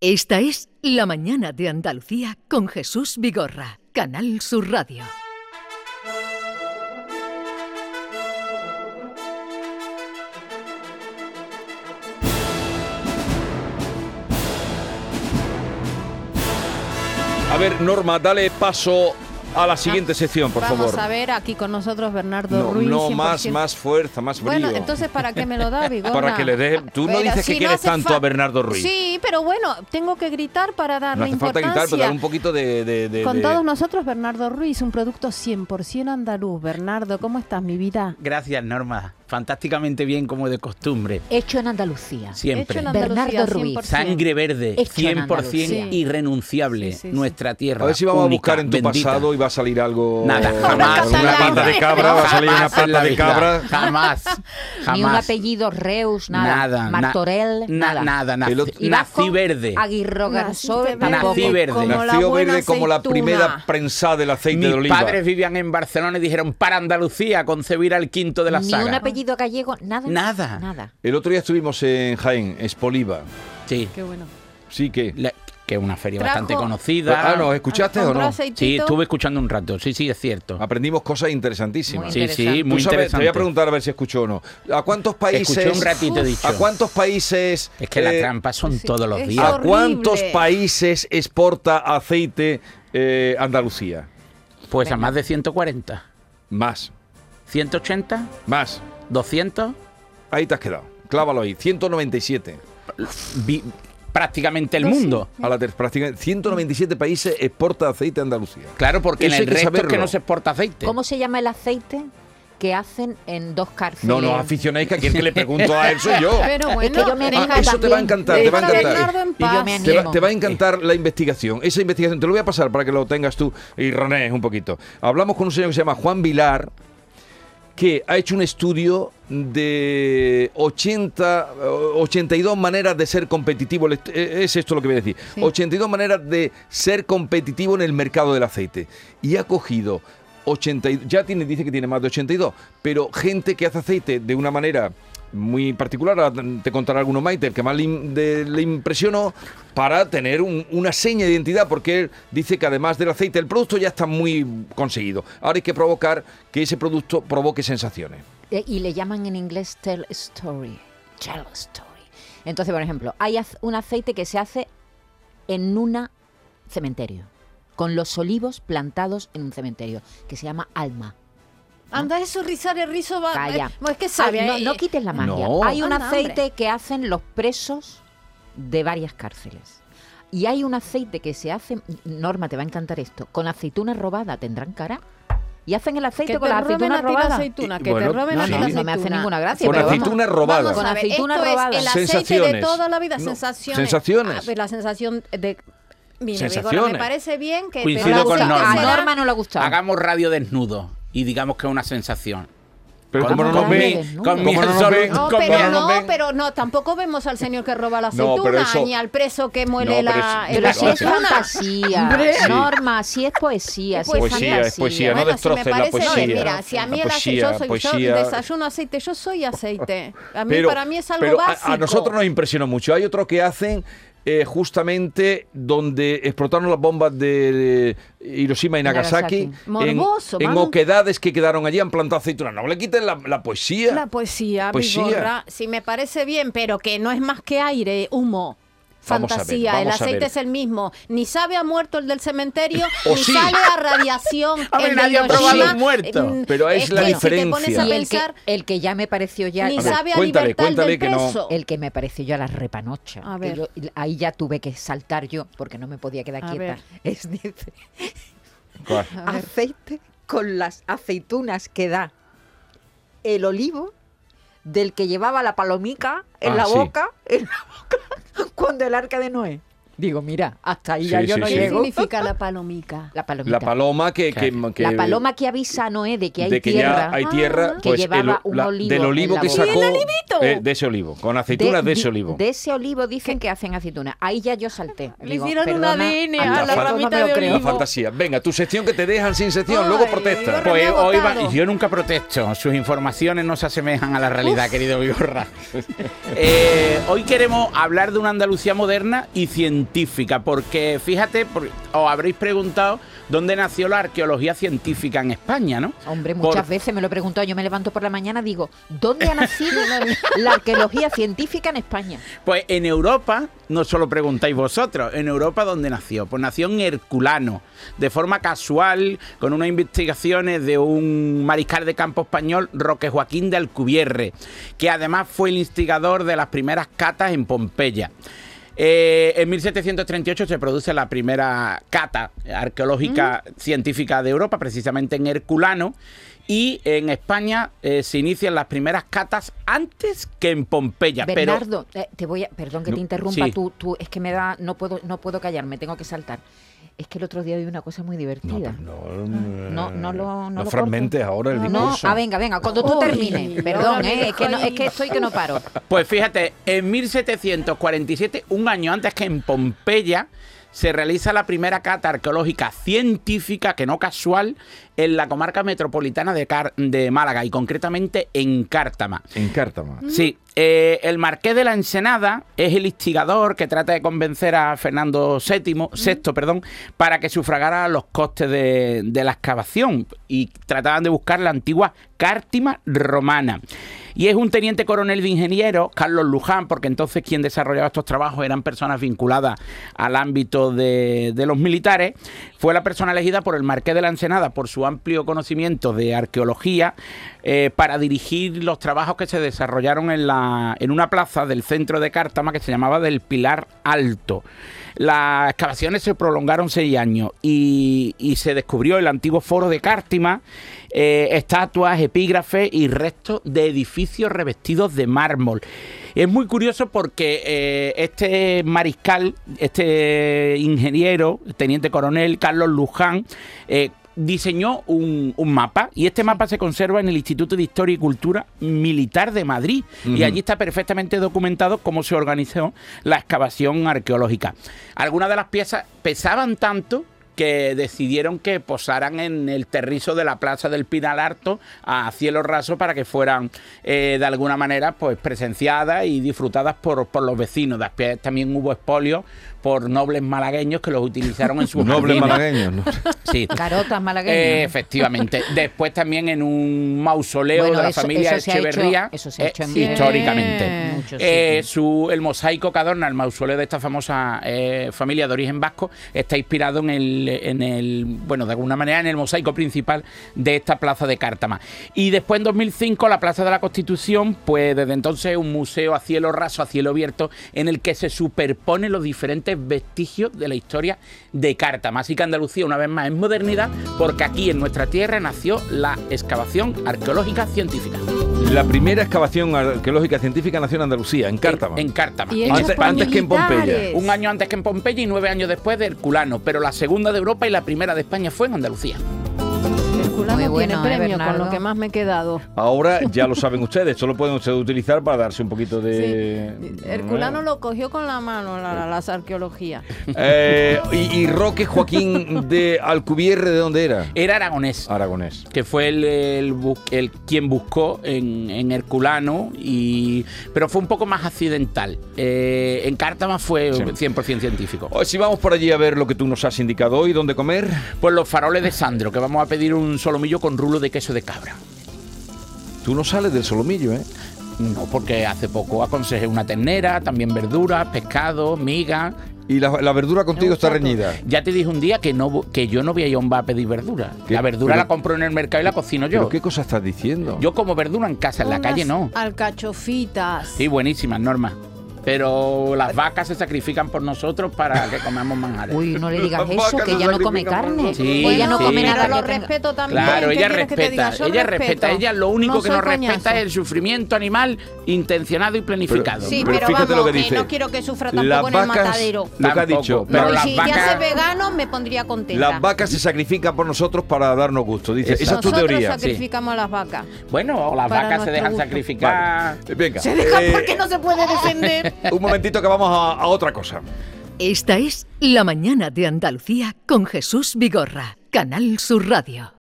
Esta es La Mañana de Andalucía con Jesús Vigorra, Canal Sur Radio. A ver, Norma, dale paso a la siguiente sección, por Ah, Vamos favor. a ver aquí con nosotros Bernardo No, Ruiz. no más, 100%. más fuerza, más brillo. Bueno, entonces ¿para qué me lo da, Vigorra? Para que le dé- tú no dices que quieres hace tanto fa- a Bernardo Ruiz. Sí, pero bueno, tengo que gritar para no darle hace falta importancia. gritar, pero dar un poquito de... de- de- Con de- todos nosotros, Bernardo Ruiz, un producto 100% andaluz. Bernardo, ¿cómo estás, mi vida? Gracias, Norma. Fantásticamente bien, como de costumbre. Hecho en Hecho Andalucía. en Siempre. Andalucía, Bernardo Ruiz. 100%. Sangre verde, Hecho en 100% Andalucía. irrenunciable. Sí, sí, sí. Nuestra tierra. A ver si vamos única, a buscar en tu bendita. pasado y va a salir algo... Nada, jamás. Una pata de cabra, va a salir una Jamás en pata la de vida. cabra. Jamás. Jamás. Ni un apellido Reus, nada. Nada, na- Martorell, na- nada. Nada, nací- El otro- Y nací Vasco, verde. Aguirro Garzón, verde. tampoco. Nací verde. Como la Nació buena verde como la aceituna. primera prensa del aceite Mis de oliva. padres vivían en Barcelona y dijeron para Andalucía concebir al quinto de la Ni saga. un apellido gallego, nada. Nada. Nada. El otro día estuvimos en Jaén, Espoliva. Sí, Qué bueno. Sí que... la- que es una feria Trajo- bastante conocida. Ah, ¿nos escuchaste o Alfombra no? aceitito. sí, estuve escuchando un rato. Sí, sí, es cierto. Aprendimos cosas interesantísimas. Muy Sí, sí, interesante. muy Tú sabes, interesante. Te voy a preguntar a ver si escuchó o no. ¿A cuántos países? Escuché un ratito, he Uf. dicho. ¿A cuántos países? Es que las eh, trampas son sí, todos los es días. ¿A horrible. cuántos países exporta aceite eh, Andalucía? Pues a más de 140. Más, 180, más. 200, Ahí te has quedado. Clávalo ahí. 197. vi- prácticamente el Pues sí. mundo. A la ter- prácticamente 197 países exporta aceite Andalucía. Claro, porque en Eso el hay que resto es que saberlo. no se exporta aceite. ¿Cómo se llama el aceite que hacen en dos cárceles? No, no, aficionáis que a quien que le pregunto a él soy yo. Pero bueno, yo me deja- Ah, eso te va a encantar, te va a deja encantar. Bernardo en Y yo paz. me Te va, Animo. te va a encantar la investigación. Esa investigación te lo voy a pasar para que lo tengas tú y René un poquito. Hablamos con un señor que se llama Juan Vilar, que ha hecho un estudio de 80, eh, 82 maneras de ser competitivo. El est- eh, Es esto lo que voy a decir. 82 maneras de ser competitivo en el mercado del aceite. Y ha cogido 82, ya tiene, dice que tiene más de 82, pero gente que hace aceite de una manera muy particular, ahora te contará alguno Maite, el que más le, im- de- le impresionó, para tener un- una seña de identidad, porque él dice que además del aceite, el producto ya está muy conseguido. Ahora hay que provocar que ese producto provoque sensaciones. Eh, Y le llaman en inglés tell story. Tell story. Entonces, por ejemplo, hay az- un aceite que se hace en un cementerio, con los olivos plantados en un cementerio, que se llama alma. Anda eso, rizar el rizo. Va, Calla. eh, es que sabe. Ay, no, eh, no quites la magia. No. Hay un Anda, aceite hombre. que hacen los presos de varias cárceles. Y hay un aceite que se hace, Norma, te va a encantar esto, con aceituna robada, ¿tendrán cara? Y hacen el aceite que con te la roben aceituna a ti la robada. aceituna. Y- Que bueno, te roben no, a ti sí. la No, aceituna. no me hace ninguna gracia, Con pero vamos. aceituna robada. Vamos a ver, aceituna esto robada. Es el aceite de Sensaciones. toda la vida, No, sensaciones. sensaciones. A ver, la sensación de. Mira, Sensaciones. Vigorra, me parece bien que Coincido pero con sí que Norma. A será- Norma no le ha gustado. Hagamos radio desnudo y digamos que es una sensación. Pero Con- como no radio nos ven, desnudo. con mi como no nos sol- ven, No, con mi- pero no nos no, ven. pero no, tampoco vemos al señor que roba la No, aceituna, pero eso- ni al preso que muele No, pero la, eso- el Pero si es aceituna. fantasía, Hombre. Sí. Norma, si es poesía, si es Poesía, fantasía. es poesía, no Bueno, si me destroces la parece poesía. bien, mira, si a mí la el aceite, yo poesía, soy poesía. yo desayuno aceite, yo soy aceite. A mí Pero- para mí es algo pero a- básico. A, nosotros nos impresionó mucho. Hay otro que hacen eh, justamente donde explotaron las bombas de eh, Hiroshima y Nagasaki. Nagasaki. En, Morboso, en mano. oquedades que quedaron allí han plantado aceitunas. No le quiten la, la poesía. la poesía, Poesía. Vigorra, sí me parece bien, pero que no es más que aire, humo. Vamos a ver, Fantasía, el vamos a ver. aceite es el mismo. Ni sabe a muerto el del cementerio, O ni sí. sabe a radiación. A ver, el de nadie ha Hiroshima. probado un muerto. Mm, Pero es la que Si te diferencia. pones Y a el que, pensar, el que ya me pareció ya... ni A ver, sabe a cuéntale, libertad el cuéntale del que no- preso. El que me pareció yo a la repanocha. A que ver. yo- y ahí ya tuve que saltar yo porque no me podía quedar A quieta. ver. Es dice, ¿Cuál? A ver. aceite con las aceitunas que da el olivo del que llevaba la palomica en Ah, la sí. boca, en la boca, cuando el arca de Noé. Digo, mira, hasta ahí ya Sí, yo sí, no sí. ¿Qué llego. significa la palomica? La palomita. La paloma que, que- que- La paloma que avisa a Noé de que hay de que tierra. Ah. ya hay Ah, tierra, Que pues llevaba un olivo del en olivo la que boca. sacó ¡Y el olivito! eh, de ese olivo, con aceitunas de, di- ese olivo. De ese olivo dicen que hacen aceituna. Ahí ya yo salté. Le Digo, hicieron un perdona, ADN a hasta la esto ramita no me lo de creo. la olivo. fantasía. Venga, tu sección que te dejan sin sección, luego Ay, protesta. Pero me Pues ha hoy va- agotado. yo nunca protesto. Sus informaciones no se asemejan a la realidad, querido Vigorra. Eh, hoy queremos hablar de una Andalucía moderna y, cien- científica, porque fíjate, por- os habréis preguntado dónde nació la arqueología científica en España, ¿no? Hombre, Por- muchas veces me lo he preguntado. Yo me levanto por la mañana digo, ¿dónde ha nacido la arqueología científica en España? Pues en Europa, no solo preguntáis vosotros, en Europa ¿dónde nació? Pues nació en Herculano, de forma casual, con unas investigaciones de un mariscal de campo español, Roque Joaquín de Alcubierre, que además fue el instigador de las primeras catas en Pompeya. Eh, en 1738 se produce la primera cata arqueológica científica de Europa, precisamente en Herculano, y en España eh, se inician las primeras catas antes que en Pompeya. pero- Bernardo, eh, te voy a, perdón que No, te interrumpa, sí. tú, tú, es que me da, no puedo, no puedo callarme, tengo que saltar. Es que el otro día vi una cosa muy divertida. pues No, no lo, no lo cortes. eh, fragmentes ahora el No, discurso. ah, venga, venga, cuando tú Uy, termines. ahora Perdón, me eh, es, dejó que no- ahí. es que estoy que no paro. Pues fíjate, en 1747, un año antes que en Pompeya, se realiza la primera cata arqueológica científica, que no casual, en la comarca metropolitana de, Car- de Málaga y concretamente en Cártama. En Cártama. Sí, eh, el marqués de la Ensenada es el instigador que trata de convencer a Fernando VII, VI, perdón, para que sufragara los costes de, de la excavación y trataban de buscar la antigua Cártima romana. Y es un teniente coronel de ingenieros, Carlos Luján, porque entonces quien desarrollaba estos trabajos eran personas vinculadas al ámbito de, de los militares, fue la persona elegida por el marqués de la Ensenada por su amplio conocimiento de arqueología eh, para dirigir los trabajos que se desarrollaron en, la, en una plaza del centro de Cártama que se llamaba del Pilar Alto. Las excavaciones se prolongaron seis años y, y se descubrió el antiguo foro de Cártima, eh, estatuas, epígrafes y restos de edificios revestidos de mármol. Es muy curioso porque eh, este mariscal, este ingeniero, teniente coronel Carlos Luján, eh, diseñó un, un mapa y este mapa se conserva en el Instituto de Historia y Cultura Militar de Madrid y allí está perfectamente documentado cómo se organizó la excavación arqueológica. Algunas de las piezas pesaban tanto que decidieron que posaran en el terrizo de la plaza del Pinal Alto a cielo raso para que fueran eh, de alguna manera pues presenciadas y disfrutadas por, por los vecinos. Después también hubo expolios por nobles malagueños que los utilizaron en sus Nobles jardines. malagueños. ¿no? Sí. Carotas Eh, malagueñas. efectivamente. Después también en un mausoleo Bueno, de la eso- familia eso se ha hecho- Echeverría. eso se ha eh, hecho en sí, Madrid. históricamente. Mucho, sí. Eh, su, el mosaico que adorna el mausoleo de esta famosa eh, familia de origen vasco está inspirado en el, en el, bueno, de alguna manera en el mosaico principal de esta plaza de Cártama. Y después en 2005 la Plaza de la Constitución, pues desde entonces un museo a cielo raso, a cielo abierto, en el que se superponen los diferentes vestigios de la historia de Cártama. Así que Andalucía una vez más es modernidad porque aquí en nuestra tierra nació la excavación arqueológica científica. La primera excavación arqueológica científica nació en Andalucía, en Cártama. En, en Cártama. Y en hecha Antes- por España. antes que en militares. Pompeya. Un año antes que en Pompeya y nueve años después de Herculano, pero la segunda de Europa y la primera de España fue en Andalucía. El culano Muy bueno, ¿eh, tiene premio con Bernardo? lo que más me he quedado. Ahora ya lo saben ustedes, solo pueden ustedes utilizar para darse un poquito de... Sí. Herculano lo cogió con la mano la, la- las arqueologías. Eh, y, y Roque Joaquín de Alcubierre, ¿de dónde era? Era aragonés. Ah. Aragonés. que fue el, el bu- el quien buscó en, en Herculano, y, pero fue un poco más accidental. Eh, en Cártama fue Sí. 100% científico. Hoy si vamos por allí a ver lo que tú nos has indicado hoy, dónde comer. Pues los faroles de Sandro, que vamos a pedir un solomillo con rulo de queso de cabra. Tú no sales del solomillo, ¿eh? No, porque hace poco aconsejé una ternera, también verduras, pescado, migas. Y la, la verdura contigo está reñida. Ya te dije un día que no vo- que yo no voy a Yomba a pedir verdura. ¿Qué? La verdura Pero- la compro en el mercado y la cocino ¿Pero yo. qué cosa estás diciendo? Yo como verdura en casa, en la calle no. Unas Alcachofitas. Sí, buenísimas, Norma. Pero las vacas se sacrifican por nosotros para que comamos manjares. Uy, no le digas Las eso, vacas que se ella no come sacrifican por carne. nosotros. Sí, ella no sí. come pero nada. lo que tenga- respeto también. Claro, ¿qué ella quieres que te respeta, diga? Yo ella respeto. respeta, ella lo único No que soy no respeta coñazo. es el sufrimiento animal intencionado y planificado. Sí, Pero pero, fíjate vamos, lo que que dice. no quiero que sufra tampoco las en el vacas, matadero. lo que ha Tampoco, dicho, pero No, y las si vacas- ya se vegano, me pondría contenta. las vacas se sacrifican por nosotros para darnos gusto. Dice, esa es tu Nosotros teoría. sacrificamos a las vacas. Bueno, o las Para vacas se nuestro dejan gusto. sacrificar. Eh, Venga. Se deja eh, porque no se puede defender. Un momentito que vamos a, a otra cosa. Esta es La mañana de Andalucía con Jesús Vigorra, Canal Sur Radio.